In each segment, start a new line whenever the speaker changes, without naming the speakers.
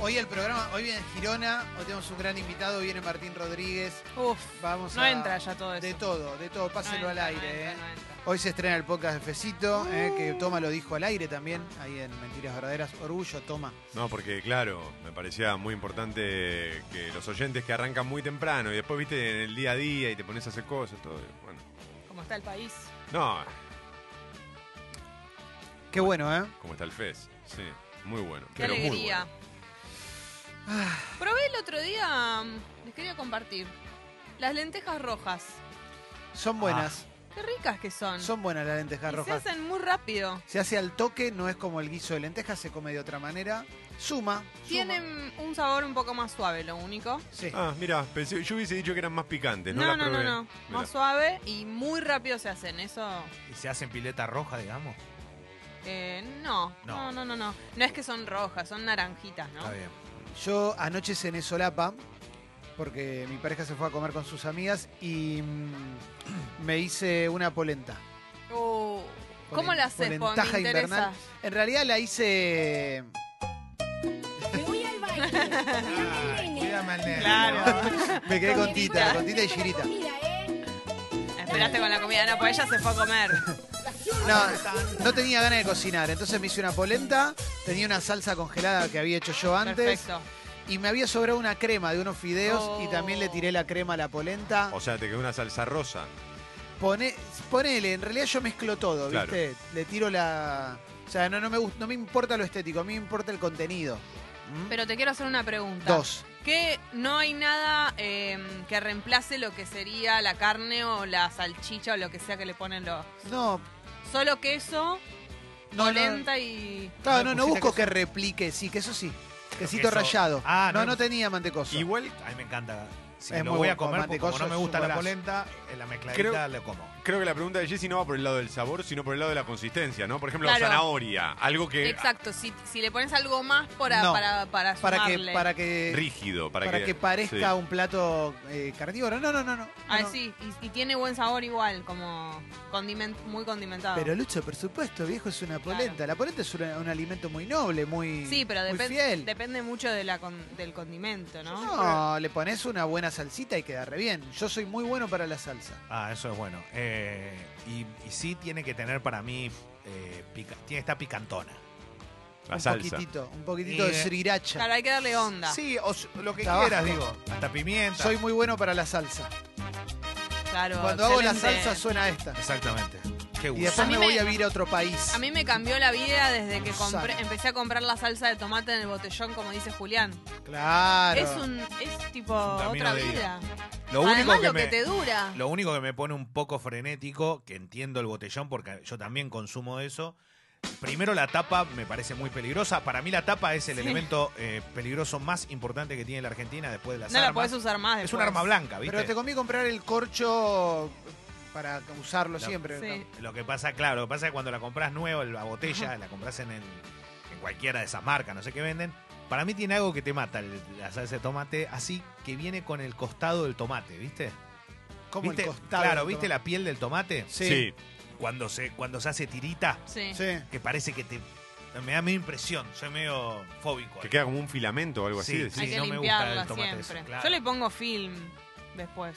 Hoy el programa, hoy viene Girona, hoy tenemos un gran invitado, viene Martín Rodríguez.
Uf,
Vamos
no
a-
entra ya todo eso.
De todo, de todo,
No
páselo
entra,
al
no
aire.
entra,
eh.
no entra.
Hoy se estrena el podcast de Fecito, eh, que
Uh.
Toma lo dijo al aire también, ahí en Mentiras Verdaderas. Orgullo, Toma.
No, porque claro, me parecía muy importante que los oyentes que arrancan muy temprano y después viste en el día a día y te pones a hacer cosas, todo. Bueno,
Como está el país.
no,
Qué bueno, ¿eh?
como está el FES, sí, muy bueno.
Qué
pero muy
alegría.
bueno.
Probé el otro día, mm, les quería compartir, las lentejas rojas.
Son buenas,
Qué ricas que son.
son buenas las lentejas
Ah. Y se
rojas.
hacen muy rápido.
Se hace al toque, no es como el guiso de lentejas, se come de otra manera. Suma. suma.
Tienen un sabor un poco más suave, lo único.
Sí.
Ah, mira, pensé, yo hubiese dicho que eran más picantes, Eh, no,
no,
las
no, no,
probé.
no.
Mirá.
Más suave y muy rápido se hacen. Eso,
Y se hacen pileta roja, digamos.
eh, no. No,
No.
no, no, no. No es que son rojas, son naranjitas, ¿no?
Está bien.
Yo anoche cené solapa porque mi pareja se fue a comer con sus amigas y mm, me hice una polenta.
Uh, ¿Cómo
Polen-
la haces, Po?
polentaja
Me interesa.
invernal. En realidad la hice
Me voy al baile. Cuídame el nene.
Cuídame al nene.
me quedé con Tita,
Conita.
con Tita y Girita.
Mira, eh.
Esperaste con la comida, no, pues ella se fue a comer.
No, no tenía ganas de cocinar, entonces me hice una polenta, tenía una salsa congelada que había hecho yo antes
Perfecto.
y me había sobrado una crema de unos fideos y
Oh.
también le tiré la crema a la polenta.
O sea, te quedó una salsa rosa.
Pone, ponele, en realidad yo mezclo todo,
Claro.
¿viste? Le tiro la. O sea, no, no, me, gust- no me importa lo estético, a mí me importa el contenido. ¿Mm?
Pero te quiero hacer una pregunta.
Dos.
Que no hay nada eh, que reemplace lo que sería la carne o la salchicha o lo que sea que le ponen los.
No,
Solo queso,
no.
polenta y.
No, claro, no, no
¿Pusiste
busco
queso?
que replique, sí, que eso sí. Quesito
queso-
rallado.
Ah,
no,
no.
no, tenía mantecoso.
Igual
A mí me encanta. Si
Es
lo
muy
voy a
bueno,
comer, porque como
mantecoso
no me
es
gusta
un
la
golazo.
polenta, en la mezcladita
Creo-
le como.
creo que la pregunta de Jessy no va por el lado del sabor, sino por el lado de la consistencia, ¿no? Por ejemplo,
Claro.
zanahoria, algo que
Exacto, si, si le pones algo más para,
No.
para, para
para que,
sumarle.
para que,
eh, rígido, para,
para que, parezca un plato eh, carnívoro. No, no, no, no. no,
Ah,
no.
sí, y, y tiene buen sabor igual, como condiment- muy condimentado.
Pero Lucho, por supuesto, viejo, es una polenta. La polenta es una- un, alimento muy noble, muy,
sí, pero
muy
depen-
fiel.
depende mucho de la con- del condimento, ¿no?
No, le pones una buena salsita y queda re bien. Yo soy muy bueno para la salsa.
Ah, eso es bueno. Eh, y, y sí tiene que tener para mí. eh, pica- tiene que estar picantona.
La
un
salsa.
poquitito, un poquitito de
Eh,
sriracha.
Claro, hay que darle onda.
Sí, o s- lo que
Está
quieras,
bajo.
digo. Hasta pimienta.
Soy muy bueno para la salsa.
claro,
Cuando hago la
excelente.
salsa suena esta.
Exactamente. Qué
Y
gusto.
después
mí
me
me-
voy a vivir a otro país.
A mí me cambió la vida desde que compré-
Sano.
empecé a comprar la salsa de tomate en el botellón, como dice Julián.
Claro.
Es un es tipo
Es un camino
otra
de
vida.
ida. Lo único
Además
que
lo
me,
que te dura.
Lo único que me pone un poco frenético, que entiendo el botellón porque yo también consumo eso. Primero la tapa me parece muy peligrosa. Para mí la tapa es el
Sí.
elemento eh, peligroso más importante que tiene la Argentina después de las
No la
armas.
podés usar más.
es un
después.
arma blanca, ¿viste?
Pero te conviene comprar el corcho para usarlo
No.
siempre.
Sí.
¿no?
Lo que pasa, claro, lo que pasa es que cuando la compras nueva, la botella, la compras en, el, en cualquiera de esas marcas, no sé qué venden. Para mí tiene algo que te mata el- la salsa de tomate, así que viene con el costado del tomate, ¿viste?
Como
¿Viste?
el costado.
claro,
del
¿viste
tomate.
la piel del tomate?
Sí.
Cuando se, cuando se hace tirita,
Sí.
Sí.
que parece que te. Me da medio impresión, soy medio fóbico.
que queda como un filamento o algo
Sí,
así.
sí.
Hay que
no me gusta el
limpiarla
tomate ese,
siempre.
claro.
Yo le pongo film después.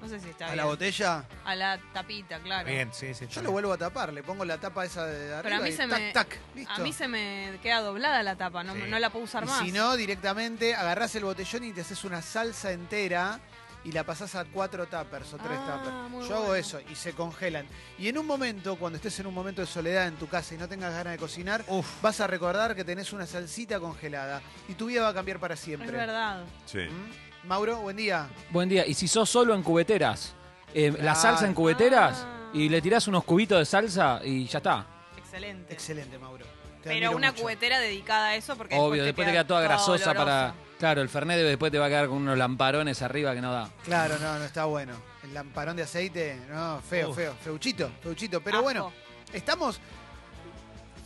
No sé si está
A
bien.
la botella.
A la tapita, claro.
Bien, sí, sí.
Yo
está
lo
bien.
vuelvo a tapar, le pongo la tapa esa de arriba.
Pero a mí
y
se
tac,
me-
Tac, listo.
A mí se me queda doblada la tapa, no,
Sí.
no la puedo usar
Y
más.
si no, directamente agarrás el botellón y te haces una salsa entera y la pasás a cuatro tuppers o tres
Ah, muy
tuppers. Yo hago
bueno.
eso y se congelan. Y en un momento, cuando estés en un momento de soledad en tu casa y no tengas ganas de cocinar,
Uf,
vas a recordar que tenés una salsita congelada y tu vida va a cambiar para siempre.
es verdad.
Sí.
¿Mm? Mauro, buen día.
Buen día. Y si sos solo en cubeteras, eh, la
Claro.
salsa en cubeteras
Ah.
y le tirás unos cubitos de salsa y ya está.
Excelente.
Excelente, Mauro. Te
Pero
admiro
una
mucho.
cubetera dedicada a eso porque
Obvio, después te queda toda
todo
grasosa
oloroso.
para. Claro, el Fernet después te va a quedar con unos lamparones arriba que no da.
Claro, no, no está bueno. El lamparón de aceite, no, feo,
Uf.
feo. Feuchito, feuchito. Pero
Ajo.
bueno, estamos.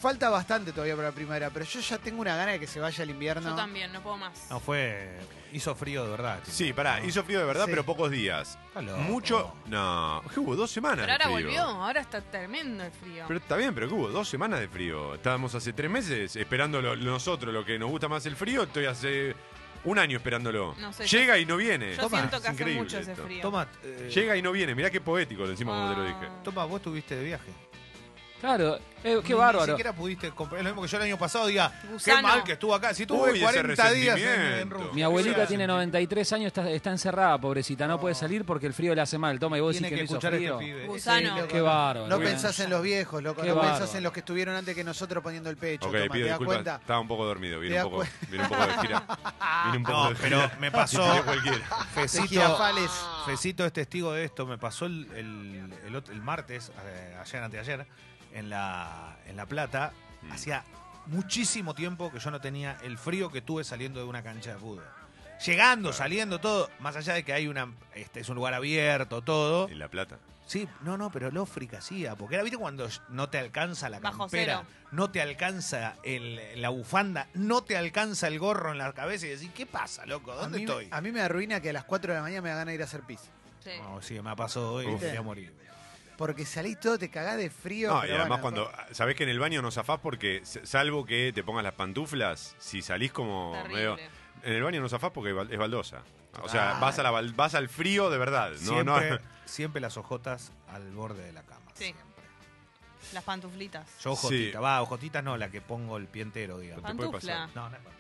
falta bastante todavía para la primavera, pero yo ya tengo una gana de que se vaya el invierno.
Yo también, no puedo más.
No, fue. Hizo frío de verdad. tipo,
Sí, pará,
¿no?
hizo frío de verdad,
Sí.
pero pocos días.
Está loco.
Mucho. No, ¿qué hubo? Dos semanas.
Pero
de
ahora
frío.
volvió, ahora está tremendo el frío.
Pero está bien, pero ¿qué hubo? Dos semanas de frío. Estábamos hace tres meses esperando lo- nosotros, lo que nos gusta más el frío. Estoy hace un año esperándolo.
No sé,
Llega y no viene.
Yo
Toma,
siento
es
que hace
increíble
mucho ese
esto.
frío.
Toma, eh,
Llega y no viene. Mirá qué poético lo decimos cuando te lo dije.
Ah.
Toma, vos estuviste de viaje.
Claro, eh, qué
Ni- Ni
bárbaro.
siquiera pudiste comprar. Es lo mismo que yo el año pasado diga, qué
Gusano.
mal que estuvo acá. Si
Uy,
tuve
ese
40 días en, en
resentimiento.
Rusia.
Mi abuelita
Claro.
tiene 93 años, está, está encerrada, pobrecita, no puede salir porque el frío le hace mal. Toma y vos
Tiene
decís
que
que, no hizo
escuchar a este
frío.
pibe.
Gusano.
loco,
Qué
no-
bárbaro.
No
Bueno.
pensás en los viejos, loco.
Qué
no pensás
bárbaro.
en los que estuvieron antes que nosotros poniendo el pecho.
Ok,
Toma,
pido
¿Te das
disculpas.
cuenta?
Estaba un poco dormido. Viene
¿Te
un
das
poco, viene un poco de gira. Viene un poco
No,
de gira.
pero me pasó.
cualquiera.
De
Fecito,
girafales.
Fecito es testigo de esto. Me pasó el, el- el ot- el martes, eh, ayer, anteayer, en la, en la Plata.
Mm.
Hacía muchísimo tiempo que yo no tenía el frío que tuve saliendo de una cancha de fútbol. Llegando, saliendo, todo. Más allá de que hay una, este, es un lugar abierto, todo.
En La Plata.
Sí, no, no, pero lo fricacía. Porque era, ¿viste cuando no te alcanza la
Bajo
campera?
cero.
No te alcanza el- la bufanda, no te alcanza el gorro en la cabeza y decís, ¿qué pasa, loco?
A
¿Dónde
mí,
estoy?
a mí me arruina que a las 4 de la mañana me da ganas de ir a hacer pis.
Sí.
No, sí, me ha pasado hoy,
Uf.
voy a morir.
Porque salís todo, te cagás de frío.
No, y
pero
además
bueno,
cuando. Sabés que en el baño no zafás porque, s- salvo que te pongas las pantuflas, si salís como medio.
Terrible.
En el baño no zafás porque val- es baldosa. O sea,
Ah.
vas, a la, bal- vas al frío de verdad. No,
Siempre,
no.
siempre las ojotas al borde de la cama.
Sí.
Siempre.
Las pantuflitas.
Yo
Sí.
ojotita, va, ojotitas no, la que pongo el pie entero, digamos.
te puede pasar.
Pantufla.
No, no es para-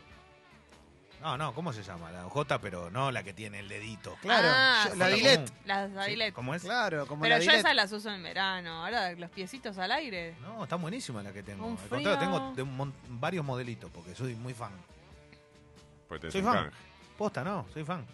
No, no, ¿cómo se llama? La ojota, pero no la que tiene el dedito.
Claro,
Ah,
yo- la
sí.
Dilet.
Las
Sí,
Adilet.
¿Cómo es?
Claro, como
Pero
la
yo
Dilet.
esas las uso en verano. Ahora los piecitos al aire.
No, está buenísima la que tengo.
Un
Al contrario,
frío.
tengo de un mon- varios modelitos porque soy muy fan.
porque te
Soy
desencaja.
fan. Posta, no, soy fan.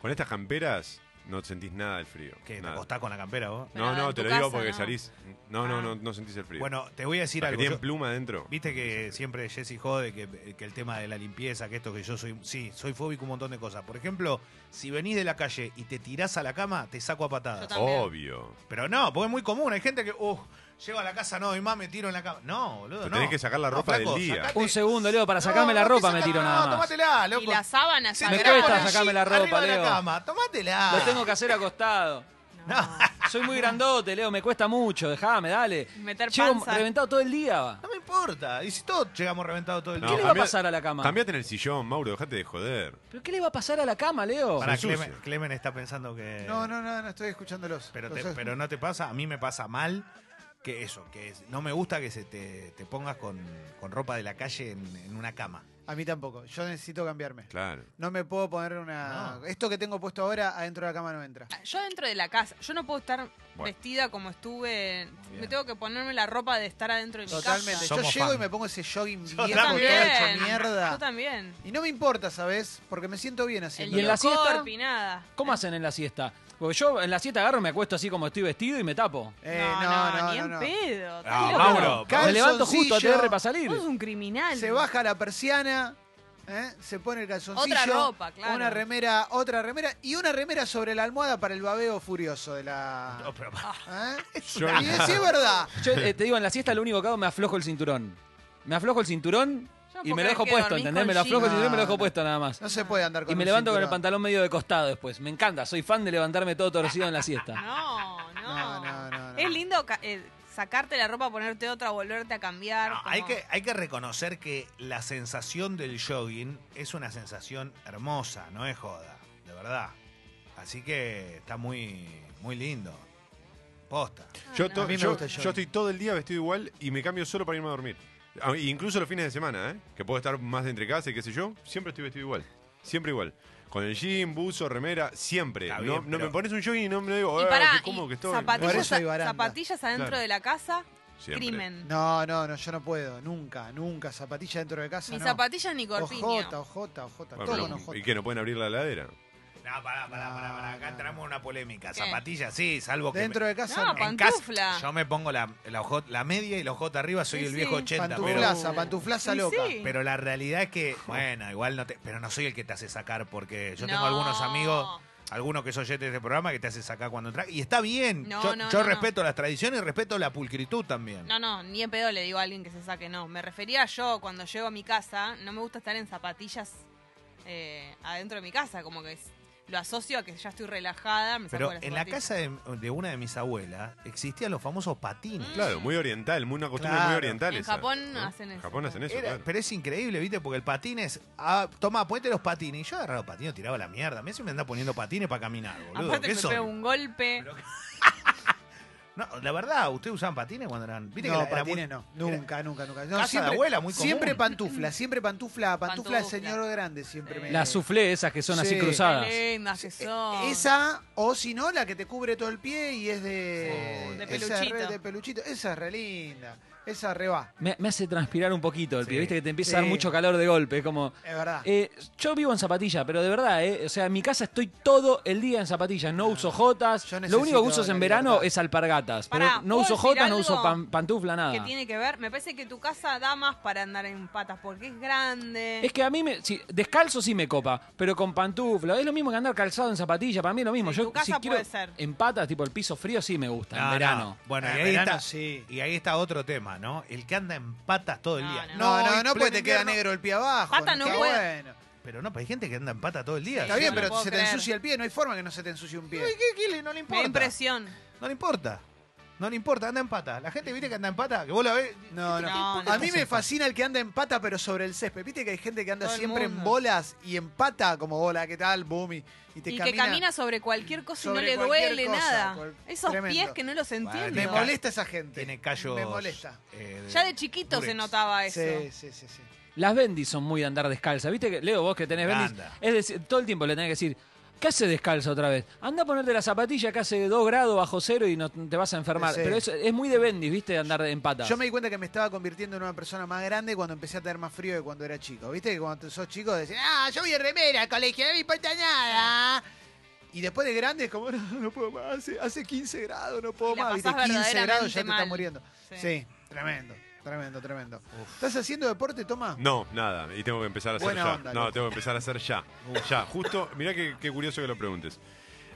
Con estas camperas no sentís nada del frío.
Que te
nada.
acostás con la campera vos.
Pero
No, no,
en
te
tu
lo digo
casa,
porque
no.
salís. No, no,
Ah.
no, no sentís el frío.
Bueno, te voy a decir
Las que
algo.
tienen
yo-
pluma adentro.
Viste que siempre Jesse jode que, que el tema de la limpieza, que esto que yo soy. Sí, soy fóbico un montón de cosas. Por ejemplo, si venís de la calle y te tirás a la cama, te saco a
Yo
patadas.
también.
Obvio.
Pero no, porque es muy común. Hay gente que, uh, llego a la casa, no, y más me tiro en la cama. No, boludo,
Te
no.
tenés que sacar la
No,
ropa del
flaco,
día.
sacate-
Un segundo, Leo, para
No,
sacarme la
no te
ropa me
sacas-
tiro
No,
nada más.
tomátela, loco.
Y las sábanas
Se
Me
te
sagradas.
cuesta
pone el
sacarme
jean
la ropa,
arriba de
Leo.
la cama, tomátela.
Lo tengo que hacer acostado.
No.
Soy muy grandote, Leo, me cuesta mucho, dejame, dale.
Meter
Llego
panza.
reventado todo el día. va.
No me importa. Y si todos llegamos reventados todo el
No,
¿Qué
día.
le va a
cambiá-
pasar a la cama?
Cambiate en el sillón, Mauro, dejate de joder.
¿Pero qué le va a pasar a la cama, Leo?
Pará,
sucio.
Clemen, Clemen está pensando que.
No, no, no, no estoy escuchándolos.
Pero, te-
Entonces,
pero no te pasa, a mí me pasa mal que eso, que es- no me gusta que se te, te pongas con, con ropa de la calle en, en una cama.
A mí tampoco. Yo necesito cambiarme.
Claro.
No me puedo poner una.
No.
Esto que tengo puesto ahora adentro de la cama no entra.
Yo dentro de la casa, yo no puedo estar vestida como estuve. Me tengo que ponerme la ropa de estar adentro de mi
Totalmente.
casa.
Yo
Somos
llego
fan.
y me pongo ese jogging
Yo
viejo
Yo
todo
también.
hecho mierda.
Yo también.
Y no me importa, ¿sabes? Porque me siento bien
El
haciendo.
¿Y en la siesta?
corpi, nada.
¿Cómo hacen en la siesta? Porque yo en la siesta agarro, me acuesto así como estoy vestido y me tapo.
Eh,
no, no, ni en pedo. estás
Ah,
loco.
Mauro.
Me levanto justo a
Calzoncillo.
TR para salir.
Vos sos un criminal.
Se baja la persiana, ¿eh? se pone el calzoncillo.
Otra ropa, claro.
Una remera, otra remera y una remera sobre la almohada para el babeo furioso de
No,
la.
pero-
¿Eh?
Yo-
Y es, sí, es verdad.
Yo eh, te digo, en la siesta lo único que hago me aflojo el cinturón. Me aflojo el cinturón
Yo
y me
porque
lo dejo
es que
puesto,
dormís
¿entendés?
con
Me lo aflojo
jean.
el cinturón y me lo dejo
No,
puesto nada más.
No se puede andar con
Y me
un
levanto con el
cinturón.
pantalón medio de costado después. Me encanta, soy fan de levantarme todo torcido en la siesta.
No, no.
No, no, no, no.
Es lindo ca- eh, sacarte la ropa, ponerte otra, volverte a cambiar.
No,
como-
hay, que, hay que reconocer que la sensación del jogging es una sensación hermosa, no es joda, de verdad. Así que está muy, muy lindo. Posta.
Ah,
Yo,
no.
to-
A mí me
yo-
gusta el
yo
jogging.
estoy todo el día vestido igual y me cambio solo para irme a dormir. Ah, e Incluso los fines de semana, ¿eh? que puedo estar más de entre casa y qué sé yo, siempre estoy vestido igual. Siempre igual. Con el jean, buzo, remera, siempre.
Está
no,
bien,
no
pero-
me pones un jogging y no me digo,
Y
"Eh,
pará,
qué cómodo
y
que estoy.
Por
zapatillas,
eso hay baranda.
zapatillas adentro
Claro.
de la casa,
Siempre.
crimen.
No, no, no, yo no puedo. Nunca, nunca. Zapatilla dentro de casa.
Ni
no.
zapatillas ni corpiño.
Ojota, ojota, ojota.
Bueno,
todo
pero-
con ojota.
¿Y que no pueden abrir la heladera?
Mm.
No, pará, pará, pará, pará.
No, no.
Acá entramos en una polémica.
¿Qué?
Zapatillas, sí, salvo que.
Dentro
me-
de casa
No,
no.
pa-
en casa-
Pantufla.
yo me pongo la, la, ojo- la media y la ojota arriba, soy
Sí,
el viejo
sí.
80. pero-
pantuflaza, pantuflaza
Y
loca.
sí.
Pero la realidad es que, bueno, igual no te. Pero no soy el que te hace sacar, porque yo tengo
No.
algunos amigos. alguno que es oyente de este programa que te hace sacar cuando entras. Y está bien.
No,
yo
no,
yo
no, no.
respeto las tradiciones y respeto la pulcritud también.
No, no, ni en pedo le digo a alguien que se saque, no. Me refería yo cuando llego a mi casa, no me gusta estar en zapatillas eh, adentro de mi casa, como que es- lo asocio a que ya estoy relajada, me saco
Pero
las
en la
zapatillas.
casa de, de una de mis abuelas existían los famosos patines.
Mm.
Claro, muy oriental, muy una costumbre muy
Claro.
oriental.
En
esa,
Japón hacen eso,
Japón hacen eso,
Era-
claro.
Pero es increíble, ¿viste? Porque el patín es. ah, toma, ponete los patines. Y yo agarraba los patines, tiraba la mierda. A mí se me anda poniendo patines para caminar, boludo.
Aparte
¿Qué
me
soy?
pego un golpe.
No, la verdad, ¿ustedes usaban patines cuando eran.? ¿Viste
no,
que la- era muy-
patines no. Nunca, nunca, nunca. No,
Casa de abuela, muy común.
Siempre pantufla, siempre pantufla, pantufla, de
Pantufla.
señor grande, siempre me.
eh.
Las suflé, esas que son así
Sí.
cruzadas.
Qué lindas que son.
E-, Esa, o si no, la que te cubre todo el pie y es de.
Sí.
esa
De
es re-
peluchito.
de peluchito. Esa es re linda. Esa re va.
Me, me hace transpirar un poquito el
Sí.
pie, viste que te empieza
Sí.
a dar mucho calor de golpe, es como...
Es verdad.
Eh, yo vivo en zapatilla, pero de verdad, eh, o sea, en mi casa estoy todo el día en zapatillas, no uso jotas,
Ah, Yo
lo único que uso
necesito
es en
la
verano
libertad.
es alpargatas, pero
Pará,
no
¿puedo
uso
decir
jotas, no
algo
uso pan- pantufla,
Ah.
nada.
que tiene que ver, me parece que tu casa da más para andar en patas porque es grande.
Es que a mí, me, si- descalzo sí me copa, pero con pantufla, es lo mismo que andar calzado en zapatilla, para mí es lo mismo.
Sí,
yo
tu casa
si quiero
puede ser.
en patas, tipo el piso frío sí me gusta,
No,
en
no.
verano.
Bueno,
Ah,
y, ahí
verano,
está,
sí.
y ahí está otro tema, ¿no? El que anda en patas todo el
No,
día.
no.
No, no,
en
no, porque
pleno
te queda
invierno-
negro el pie abajo.
Pata no
queda
puede.
bueno.
Pero no, pero hay gente que anda en patas todo el día.
Está
Sí,
bien,
no
pero
lo puedo
se te
creer.
ensucia el pie, no hay forma que no se te ensucie un pie.
Ay, ¿qué- qué le- no
me
le
da
importa.
impresión.
No le importa. No le importa, anda en patas. La gente, viste que anda en patas, que vos la ves.
No, no.
No, no.
A mí me fascina el que anda en pata, pero sobre el césped. Viste que hay gente que anda
Todo el
siempre en
mundo.
bolas y en pata, como bola, ¿qué tal? Boom, y, y te
y
camina.
que camina sobre cualquier cosa y
sobre
no le
cualquier
duele
cosa,
nada.
cual-
Esos
tremendo.
pies que no los entiendo.
Me
Tiene
molesta esa gente.
Tiene callos.
Me molesta.
eh,
Ya de chiquito se
Durex.
notaba eso.
Sí, sí, sí, sí.
Las bendis son muy de andar descalza. ¿Viste que, Leo, vos que tenés bendis?
Anda.
Es decir, todo el tiempo le tenés que decir, ¿qué hace descalza otra vez? Anda a ponerte la zapatilla que hace 2 grados bajo cero y no te vas a enfermar.
Sí.
Pero es, es muy de bendis, ¿viste? Andar en patas.
Yo me di cuenta que me estaba convirtiendo en una persona más grande cuando empecé a tener más frío que cuando era chico. Viste que cuando sos chico decís, ah, yo voy en remera al colegio, no me importa nada. Y después de grande es como, no, no puedo más, hace, hace 15 grados, no puedo
La
más. Viste,
pasás
15 grados ya
verdaderamente
te estás
mal.
muriendo. Sí.
Sí.
tremendo, tremendo, tremendo. ¿Estás haciendo deporte, Toma?
No, nada, y tengo que empezar a hacer
Buena
ya.
onda,
no,
loco.
tengo que empezar a hacer ya. Ya, justo, mirá qué, qué curioso que lo preguntes.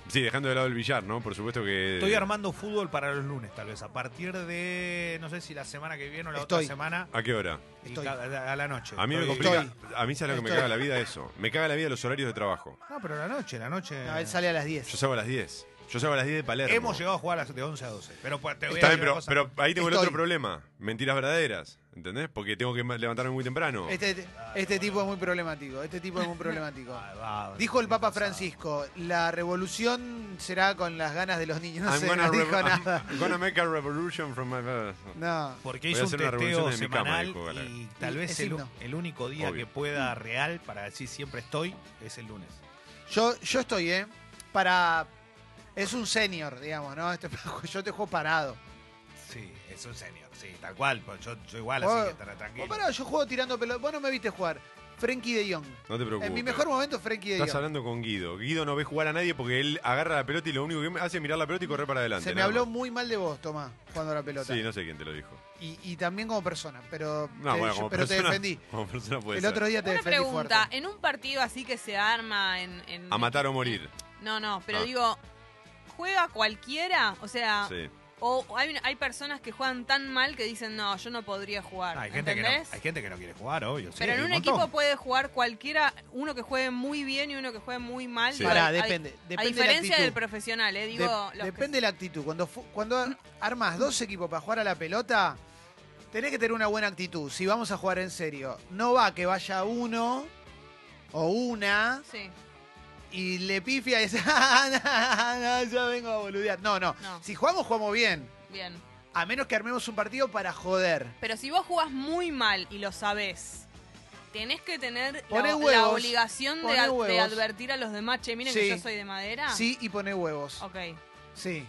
Sí, dejando de lado el billar, ¿no? Por supuesto que.
Estoy armando fútbol para los lunes, tal vez. A partir de. No sé si la semana que viene o la
Estoy.
otra semana.
¿A qué hora?
y
Estoy.
ca- A, a la noche.
A mí me
Estoy-
complica.
Estoy.
A mí sabes lo que me
Estoy.
caga la vida eso. Me caga la vida los horarios de trabajo.
No, pero la noche, la noche.
No, él sale a las
Yo
10.
salgo a las 10. Yo salgo a las 10 de Palermo.
Hemos llegado a jugar a las de 11 a 12. Pero pues, te voy
Está
a
bien,
decir una
pero,
cosa.
pero ahí tengo el
Estoy.
otro problema. Mentiras verdaderas. ¿Entendés? Porque tengo que ma- levantarme muy temprano.
Este, este tipo es muy problemático, este tipo es muy problemático.
Ah, va,
Dijo el
estoy
Papa
cansado.
Francisco, la revolución será con las ganas de los niños. No
I'm
sé,
gonna
no dijo
revo- I'm
nada.
gonna make a revolution from my.
No.
Voy
Porque
a
hizo un
hacer una
testeo
revolución en mi cama,
semanal
dijo Gallagher.
y tal
Y
vez
es
el,
himno.
el único día
Obvio.
que pueda real para decir siempre estoy es el lunes.
Yo, yo estoy, ¿eh? Para. Es un senior, digamos, ¿no? Este, yo te juego parado.
Sí, es un senior, sí, tal cual. pues Yo, yo igual,
Vos-
así que estará tranquilo.
Vos Oh, pará, yo juego tirando pelota. Vos no me viste jugar. Frankie de Jong.
No te preocupes.
En mi mejor momento, Frankie de
Estás
Jong.
hablando con Guido. Guido no ve jugar a nadie porque él agarra la pelota y lo único que hace es mirar la pelota y correr para adelante.
Se me
nada
habló
más.
muy mal de vos, Tomás, jugando a la pelota.
Sí, no sé quién te lo dijo.
y, y también como persona, pero,
No,
te,
bueno,
yo-
como
pero te
persona-
defendí.
Como persona puede
El
ser.
otro día te
Una
defendí
pregunta,
fuerte.
en un partido así que se arma en... en-
A matar o morir.
No, no, pero
Ah.
digo, ¿juega cualquiera? O
Ah.
sea,
Sí.
o hay, una- hay personas que juegan tan mal que dicen, no, yo no podría jugar,
Ah, hay, gente que no,
¿entendés?
hay gente que no quiere jugar, obvio. sí,
pero
hay
en un
montón.
equipo puede jugar cualquiera, uno que juegue muy bien y uno que juegue muy mal.
Sí.
pero
Pará,
a-
depende. depende
A,
de la
diferencia del
actitud.
profesional, eh,
De-
digo... los que- Mm.
depende de la actitud. Cuando, fu- cuando armas dos equipos para jugar a la pelota, tenés que tener una buena actitud. Si vamos a jugar en serio, no va que vaya uno o una
Sí,
y le pifia y dice, "Ah, no, no, yo vengo a boludear. No, no,
No.
Si jugamos, jugamos bien.
bien.
A menos que armemos un partido para joder.
Pero si vos jugás muy mal y lo sabés, tenés que tener la-
Poné
la,
huevos,
obligación de,
poné
ad- de
huevos.
advertir a los demás, che, miren
Sí.
que yo soy de madera.
Sí, y pone huevos.
Ah. Ok.
Sí.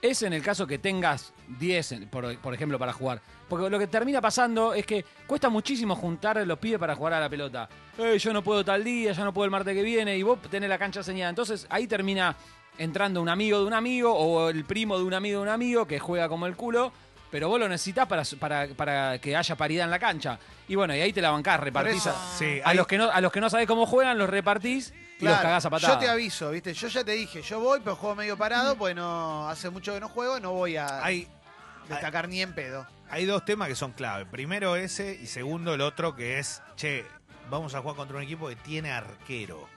Es en el caso que tengas 10, en- por, por ejemplo, para jugar. Porque lo que termina pasando es que cuesta muchísimo juntar a los pibes para jugar a la pelota. Eh, yo no puedo tal día, yo no puedo el martes que viene, y vos tenés la cancha señada. Entonces ahí termina entrando un amigo de un amigo o el primo de un amigo de un amigo que juega como el culo, pero vos lo necesitas para, para, para que haya paridad en la cancha. Y bueno, y ahí te la bancás, repartís.
eso.
A,
Sí,
a
hay-
los que no, a los que no sabés cómo juegan, los repartís y los cagás a patadas.
Yo te aviso, ¿viste? Yo ya te dije, yo voy, pero juego medio parado, pues no, hace mucho que no juego, no voy a
Hay,
destacar ni en pedo.
hay dos temas que son clave. Primero ese y segundo el otro que es, che, vamos a jugar contra un equipo que tiene arquero.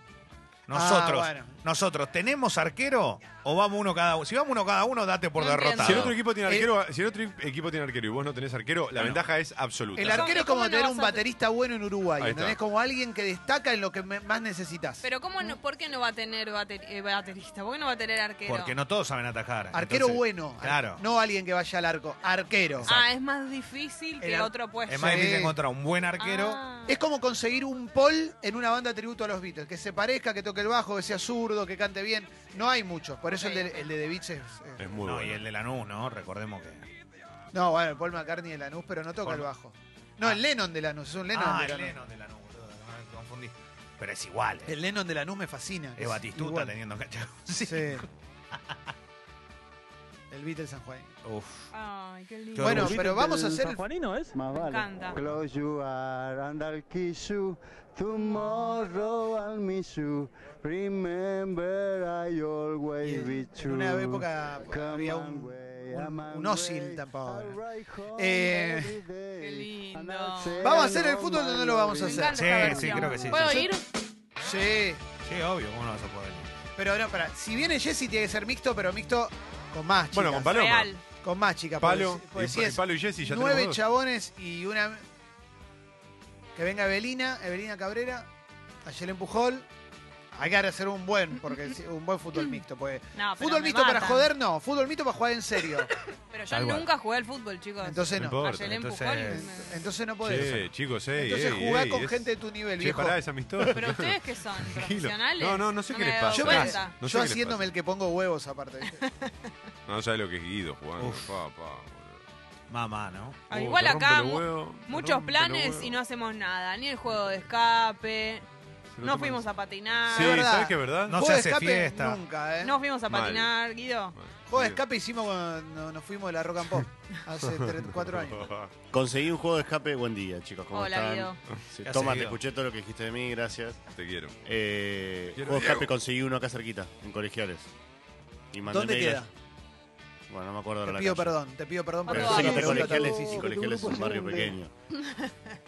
Nosotros,
Ah, bueno.
nosotros, ¿tenemos arquero o vamos uno cada uno? Si vamos uno cada uno, date por
No entiendo.
derrotado.
Si el otro equipo tiene
Eh,
arquero, si el otro equipo tiene arquero y vos no tenés arquero, la
Bueno.
ventaja es absoluta.
El
ar-
arquero es
¿Cómo
como
no
tener
vas
un
a-
baterista bueno en Uruguay,
Ahí
¿entendés?
está.
Como alguien que destaca en lo que me- más necesitas.
Pero ¿cómo no, ¿por qué no va a tener bater- eh, baterista? ¿Por qué no va a tener arquero?
Porque no todos saben atajar.
Arquero
Entonces,
bueno.
Claro.
No alguien que vaya al arco. Arquero.
Ah, es más difícil que
El ar-
otro puesto.
Es más
Sí.
difícil encontrar un buen arquero.
Ah.
Es como conseguir un Paul en una banda tributo a los Beatles. Que se parezca, que toque el bajo, que sea zurdo, que cante bien. No hay muchos. Por eso
Ok,
el,
ok.
de, el de The Beats es. es-
Es muy
no,
bueno.
y el de Lanús, ¿no? Recordemos que.
No, bueno, Paul McCartney de Lanús, pero no toca
Paul-
el bajo. No, el Lennon de Lanús. Es un Lennon
ah,
de
el
Lanús.
Lennon de Lanús, boludo, me confundí. Pero es igual. eh.
El Lennon de Lanús me fascina.
Es Batistuta
igual.
teniendo cancha.
Sí. El Beatles San Juan.
Uf.
Ay, qué lindo.
Qué
Bueno,
orgullo.
pero vamos a hacer.
Juanino es?
Más
Me
vale.
encanta.
Close you are and I'll kiss you. Tomorrow I'll miss you. Remember I always be
En
true.
una época había
and
un,
wait,
un,
I'm
un
away.
Ozil tampoco.
I'll ride home
Eh,
every day.
Qué lindo.
And I'll say
Vamos a hacer el
all
fútbol
my
o no lo vamos a
Me
loving.
hacer.
encanta
Sí,
esta
sí,
versión.
creo que sí,
¿Puedo
sí,
ir?
Sí,
Sí, obvio, ¿cómo no vas a poder ir?
pero no, para. Si viene Jesse tiene que ser mixto, pero mixto con más chicas.
Bueno, con Paloma.
Real.
Con más chicas.
Palo,
porque si-
y,
porque si pues es
Palo y Jessy, ya
nueve
tenemos dos.
chabones y una. Que venga Evelina, Evelina Cabrera, a Yelén Pujol. Hay que hacer un buen, porque si- un buen fútbol mixto. Pues.
No, pero
Fútbol
me
mixto para
matan.
joder, no. Fútbol mixto para jugar en serio.
Pero yo
Tal cual.
nunca jugué al fútbol, chicos.
Entonces
No
no.
importa,
A Yelén
entonces-
Pujol me-
Entonces no podés.
Che, chicos, ey,
pues. Entonces
ey,
jugá
ey,
con
es-
gente de tu nivel,
Che,
viejo.
pará, es amistoso.
Pero ustedes que son profesionales.
No, no, no sé qué
me
les
había dado
pasa.
Yo,
cuenta.
No sé
yo
qué les
haciéndome
pasa.
el que pongo huevos aparte. ¿viste?
No sabe lo que es Guido jugando.
Uf.
Pa, pa, boludo.
Mamá, ¿no?
Ah,
Oh,
Igual
te
acá
rompe los
mu-
huevos, te
muchos
rompe los
planes
huevos.
y no hacemos nada. Ni el juego de escape.
Se lo
No
toman-
fuimos a patinar.
Sí,
Es verdad.
¿sabes qué es verdad?
No
Juego
se
de
hace
escape,
fiesta.
Nunca, ¿eh?
No fuimos a
Mal.
patinar, Guido.
Juego de escape hicimos cuando nos fuimos de la Rock and Pop hace 3, 4 años.
Conseguí un juego de escape. Buen día, chicos. ¿Cómo
Hola,
están?
Guido.
Sí,
¿Qué hace,
Toma, te
Guido?
escuché todo lo que dijiste de mí. Gracias.
Te quiero.
Eh,
Quiero
juego de escape
Diego.
conseguí uno acá cerquita, en Colegiales. Y mandé
¿Dónde
mail a-
queda?
Bueno, no me acuerdo
Te
de la
pido
calle.
perdón, te pido perdón por
Pero
Vamos.
sé
esa
que está
pregunta tan
Colegiales,
difícil.
y Colegiales es un barrio pequeño.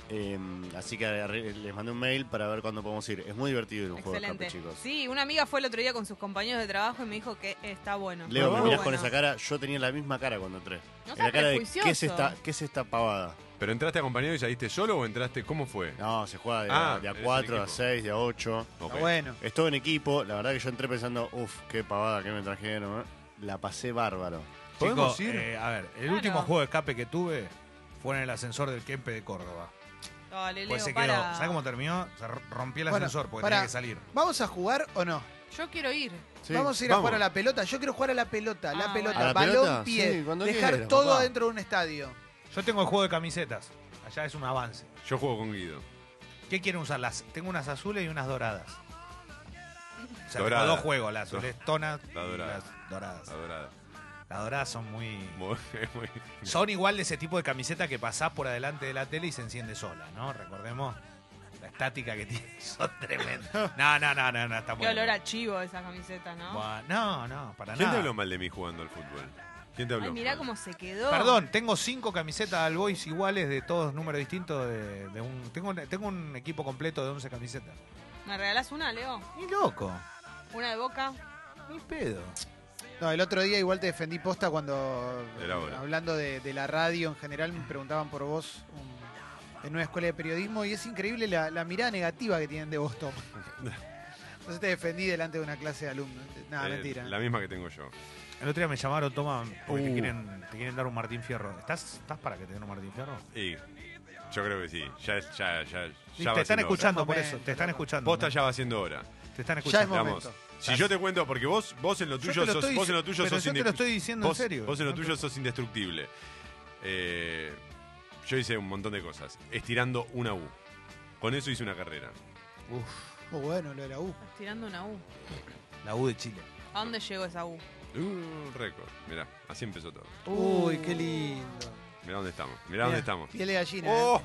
Em, así que arre- les mandé un mail para ver cuándo podemos ir. Es muy divertido ir a un juego de escape,
Excelente.
chicos.
Sí, una amiga fue el otro día con sus compañeros de trabajo y me dijo que está bueno.
Leo, me
Muy
mirás con
bueno.
esa cara. Yo tenía la misma cara cuando entré.
No
la
seas
cara de ¿qué es,
prejuicioso.
esta, ¿qué es esta pavada?
¿Pero entraste acompañado y saliste solo o entraste? ¿Cómo fue?
No, se juega de,
Ah,
a- de a
eres el
4, a
equipo.
6, de a 8.
Ok.
Está bueno.
Es todo en equipo. La verdad que yo entré pensando, uff, qué pavada que me trajeron. ¿eh? La pasé bárbaro.
¿Podemos
Chicos,
ir?
eh, a ver, el
Claro.
último juego de escape que tuve fue en el ascensor del Kempe de Córdoba.
Dale, Leo,
Pues se quedó.
para.
¿Sabes cómo terminó? Se r- rompió el
Bueno,
ascensor porque
pará.
tenía que salir.
¿Vamos a jugar o no?
Yo quiero ir.
Sí.
vamos a ir a
vamos.
jugar a la pelota. Yo quiero jugar a la pelota,
Ah,
la pelota,
¿A la
balón
pelota?
pie.
Sí, cuando
dejar
quieras,
todo
papá.
dentro de un estadio.
Yo tengo el juego de camisetas. Allá es un avance.
Yo juego con Guido.
¿Qué quieren usar? Las, tengo unas azules y unas doradas. O sea,
Doradas.
tengo dos juegos, las azules tonas
La
y
dorada.
las doradas.
Adorada.
Las doradas son muy...
Muy- muy-
Son igual de ese tipo de camiseta que pasás por adelante de la tele y se enciende sola, ¿no? Recordemos la estática que tiene. Son tremendas. No, no, no, no, no, está
Qué
bueno.
olor a chivo esa camiseta, ¿no?
Buah, No, no, para
¿Quién te
nada.
habló mal de mí jugando al fútbol? ¿Quién te habló?
Ay, mirá
mal?
cómo se quedó.
Perdón, tengo cinco camisetas All Boys iguales de todos números distintos. De, de un, tengo, un- tengo un equipo completo de 11 camisetas.
¿Me regalás una, Leo?
Ni loco,
Una de boca.
ni pedo.
No, el otro día igual te defendí posta cuando,
Era hora.
hablando de, de la radio en general, me preguntaban por vos un- en una escuela de periodismo y es increíble la, la mirada negativa que tienen de Boston. Entonces te defendí delante de una clase de alumnos. Nada,
Eh,
mentira.
La misma que tengo yo.
El otro día me llamaron, toma, porque
Uh.
te, quieren, te quieren dar un Martín Fierro. ¿Estás, estás para que te den un Martín Fierro?
Y yo creo que sí. Ya, ya, ya,
Y
ya va
te están
siendo
escuchando por
Momento,
eso, te están
hora.
escuchando.
Posta ya va siendo hora.
Te están
Ya es
escuchando.
momento.
Vamos. Si yo te cuento, porque vos, vos en lo
Yo
tuyo
te lo
sos,
estoy
vos en lo
dic-
tuyo
pero
sos
yo te lo
indiscu-
estoy diciendo
vos-
en serio.
Vos en lo
No te-
tuyo sos indestructible. Eh, yo hice un montón de cosas. Estirando una U. Con eso hice una carrera.
Muy Oh, bueno, lo de la U.
Estás tirando una U.
La U de Chile.
¿A dónde llegó esa U?
Uh, récord. Mirá, así empezó todo.
Uy, qué lindo.
Mirá dónde estamos. Mirá dónde
Mirá,
estamos.
Piel de gallina.
¡Oh!
eh.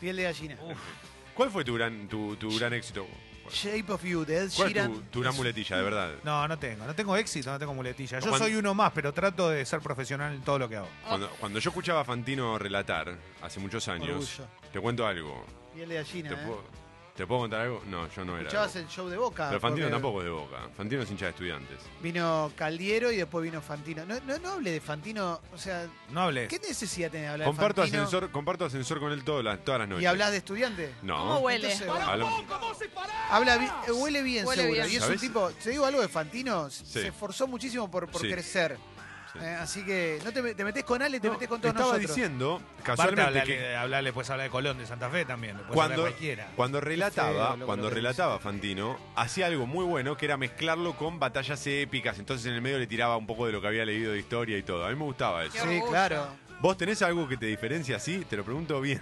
Piel de gallina.
¿Cuál fue tu gran, tu, tu gran éxito acuerdo.
Shape of You de Ed
¿Cuál es tu,
Sheeran.
tu gran muletilla, de verdad?
No, no tengo, no tengo éxito, no tengo muletilla. Yo
Cuando-
soy uno más, pero trato de ser profesional en todo lo que hago.
Cuando, cuando yo escuchaba a Fantino relatar hace muchos años,
Orgullo.
te cuento algo.
Piel de gallina.
¿Te,
¿eh?
puedo, te puedo contar algo? No, yo no era.
Escuchabas
de Boca.
el show de Boca.
Pero Fantino
porque
tampoco es de boca. Fantino es hincha de estudiantes.
Vino Caldiero y después vino Fantino. No, no, no hable de Fantino. O sea,
No hables.
¿qué necesidad tenés de hablar
Comparto
de Fantino?
ascensor, comparto ascensor con él todas las, todas las noches.
¿Y hablas de estudiante?
¿Cómo
No.
huele?
Entonces,
Hablamos-
Habla bi- eh, huele bien
Huele
seguro.
bien.
Y es
¿Sabés?
un tipo, te digo algo de Fantino, s-
Sí.
se esforzó muchísimo por, por
Sí.
crecer.
Sí.
Eh, así que no te, me- te metes con Ale, te
No,
metes con todos
estaba
nosotros.
diciendo,
Aparte,
casualmente,
hablarle,
que
hablarle, puedes hablar de Colón, de Santa Fe también,
Pues
le puedes
cuando,
hablar de cualquiera.
cuando relataba,
Sí, lo- lo
cuando
que
relataba Fantino, hacía algo muy bueno que era mezclarlo con batallas épicas. Entonces en el medio le tiraba un poco de lo que había leído de historia y todo. A mí me gustaba eso.
Qué
Sí,
orgullo.
claro.
¿Vos tenés algo que te diferencia así? Te lo pregunto bien.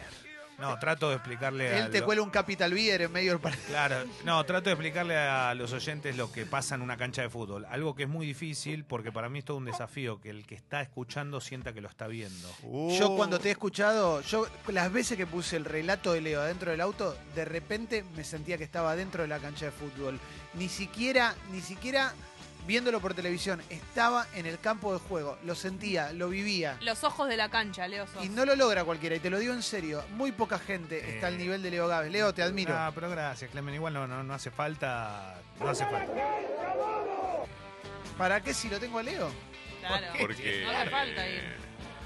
No, trato de explicarle a
Él te
lo-
cuela un Capital Beer en medio del partido.
Claro, no, trato de explicarle a los oyentes lo que pasa en una cancha de fútbol. Algo que es muy difícil porque para mí es todo un desafío, que el que está escuchando sienta que lo está viendo.
Uh.
Yo
Oh.
cuando te he escuchado, yo las veces que puse el relato de Leo adentro del auto, de repente me sentía que estaba dentro de la cancha de fútbol. Ni siquiera, ni siquiera viéndolo por televisión, estaba en el campo de juego, lo sentía, lo vivía.
Los ojos de la cancha, Leo sos.
Y no lo logra cualquiera, y te lo digo en serio, muy poca gente
Eh.
está al nivel de Leo Gávez. Leo, te admiro.
Ah, pero gracias, Clemen. Igual no, no, no hace falta. No hace falta.
¿Para qué si lo tengo a Leo?
Claro.
Porque.
No hace falta ir.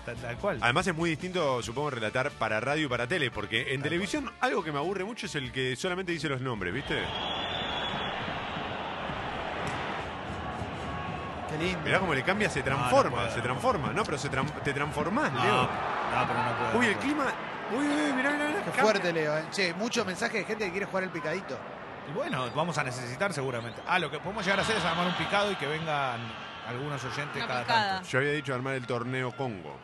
Tal, tal cual.
Además es muy distinto, supongo, relatar para radio y para tele, porque en televisión algo que me aburre mucho es el que solamente dice los nombres, ¿viste?
Qué lindo.
Mirá cómo le cambia,
Ah,
se
No, no
transforma,
puedo.
se transforma, ¿no? Pero se tran- te transformás,
No,
Leo.
Ah.
no, pero no puedo.
Uy,
no
el
puedo.
clima... Uy, uy, mirá, mirá, mirá.
Qué
Cambia.
fuerte, Leo. ¿eh? Che, mucho mensaje de gente que quiere jugar el picadito.
Y bueno, vamos a necesitar seguramente. Ah, lo que podemos llegar a hacer es armar un picado y que vengan algunos oyentes
Una
cada
picada.
tanto.
Yo había dicho armar el torneo Congo.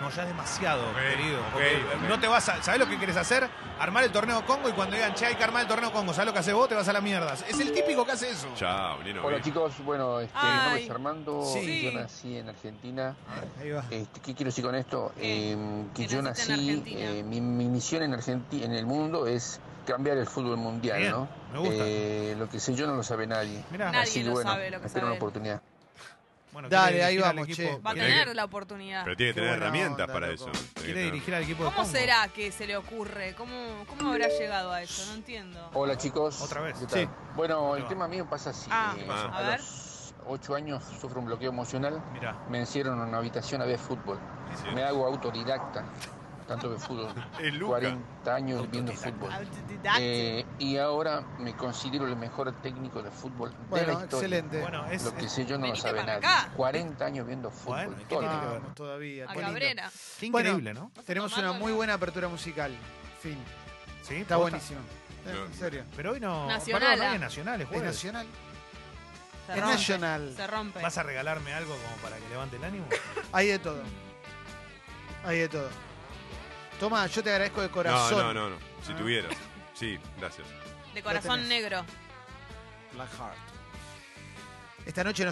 No, ya es demasiado,
Ok,
querido.
ok,
porque
ok.
No te vas a. ¿Sabes lo que quieres hacer? Armar el torneo Congo y cuando digan, che, hay que armar el torneo Congo, ¿sabes lo que haces vos? Te vas a la mierda. Es el típico que hace eso.
Chao, Lino.
Hola
bien.
chicos, bueno, este, mi nombre
Ay.
es Armando,
Sí.
yo nací en Argentina.
Ahí va.
Este, ¿Qué quiero decir con esto?
¿Qué?
Eh, que
Que
yo
naciste en
nací,
Argentina.
eh, mi, mi misión en, Argenti- en el mundo es cambiar el fútbol mundial,
Bien,
¿no?
me gusta.
Eh, lo que sé yo no lo sabe nadie.
Ah,
Mirá.
Nadie
Así que
lo
bueno,
sabe lo que
espero una
sabe.
oportunidad.
Bueno,
Dale,
quiere
ahí
dirigir al
vamos,
equipo-
che.
Va a
Pero
tener
tiene que-
la oportunidad.
Pero tiene que
Qué
tener
buena
herramientas
onda,
para
loco.
eso. Tiene que
Quiere
tener-
dirigir al equipo de
¿Cómo
Congo.
será que se le ocurre? ¿Cómo, cómo habrá llegado a eso? No entiendo.
Hola chicos.
Otra vez.
¿Qué tal?
Sí.
Bueno, el
va.
tema mío pasa así.
Ah,
Eh,
Ah.
a
A
ver.
los 8 años sufro un bloqueo emocional.
Mirá.
Me encierro en una habitación a ver fútbol.
Sí.
Me hago autodidacta, tanto de fútbol.
Es Luca.
40 años viendo fútbol. Eh, y ahora me considero el mejor técnico de fútbol de la
Bueno,
historia.
excelente.
Bueno, es.
Lo que sé yo no lo
Venite
sabe
para
nadie.
acá.
40 años viendo fútbol.
Bueno, ¿y qué
toda la
tiene que
vida.
ver?
Vamos todavía.
A
qué lindo.
Cabrera.
Qué
Bueno,
increíble, ¿no?
Tenemos una muy buena apertura musical. Fin.
Sí,
Está
posta.
buenísimo. Eh,
No.
En serio.
Pero hoy no.
Nacional,
Perdón,
ah.
hoy es nacional, es
Es
jueves.
nacional.
Se
Es
rompe.
nacional.
Se rompe.
¿Vas a regalarme algo como para que levante el ánimo?
Hay de todo. Hay de todo. Toma, yo te agradezco de
No,
corazón.
no, no, no. Si
Ah.
tuvieras. Sí, gracias.
De corazón
tenés.
negro.
Black Heart. Esta noche nos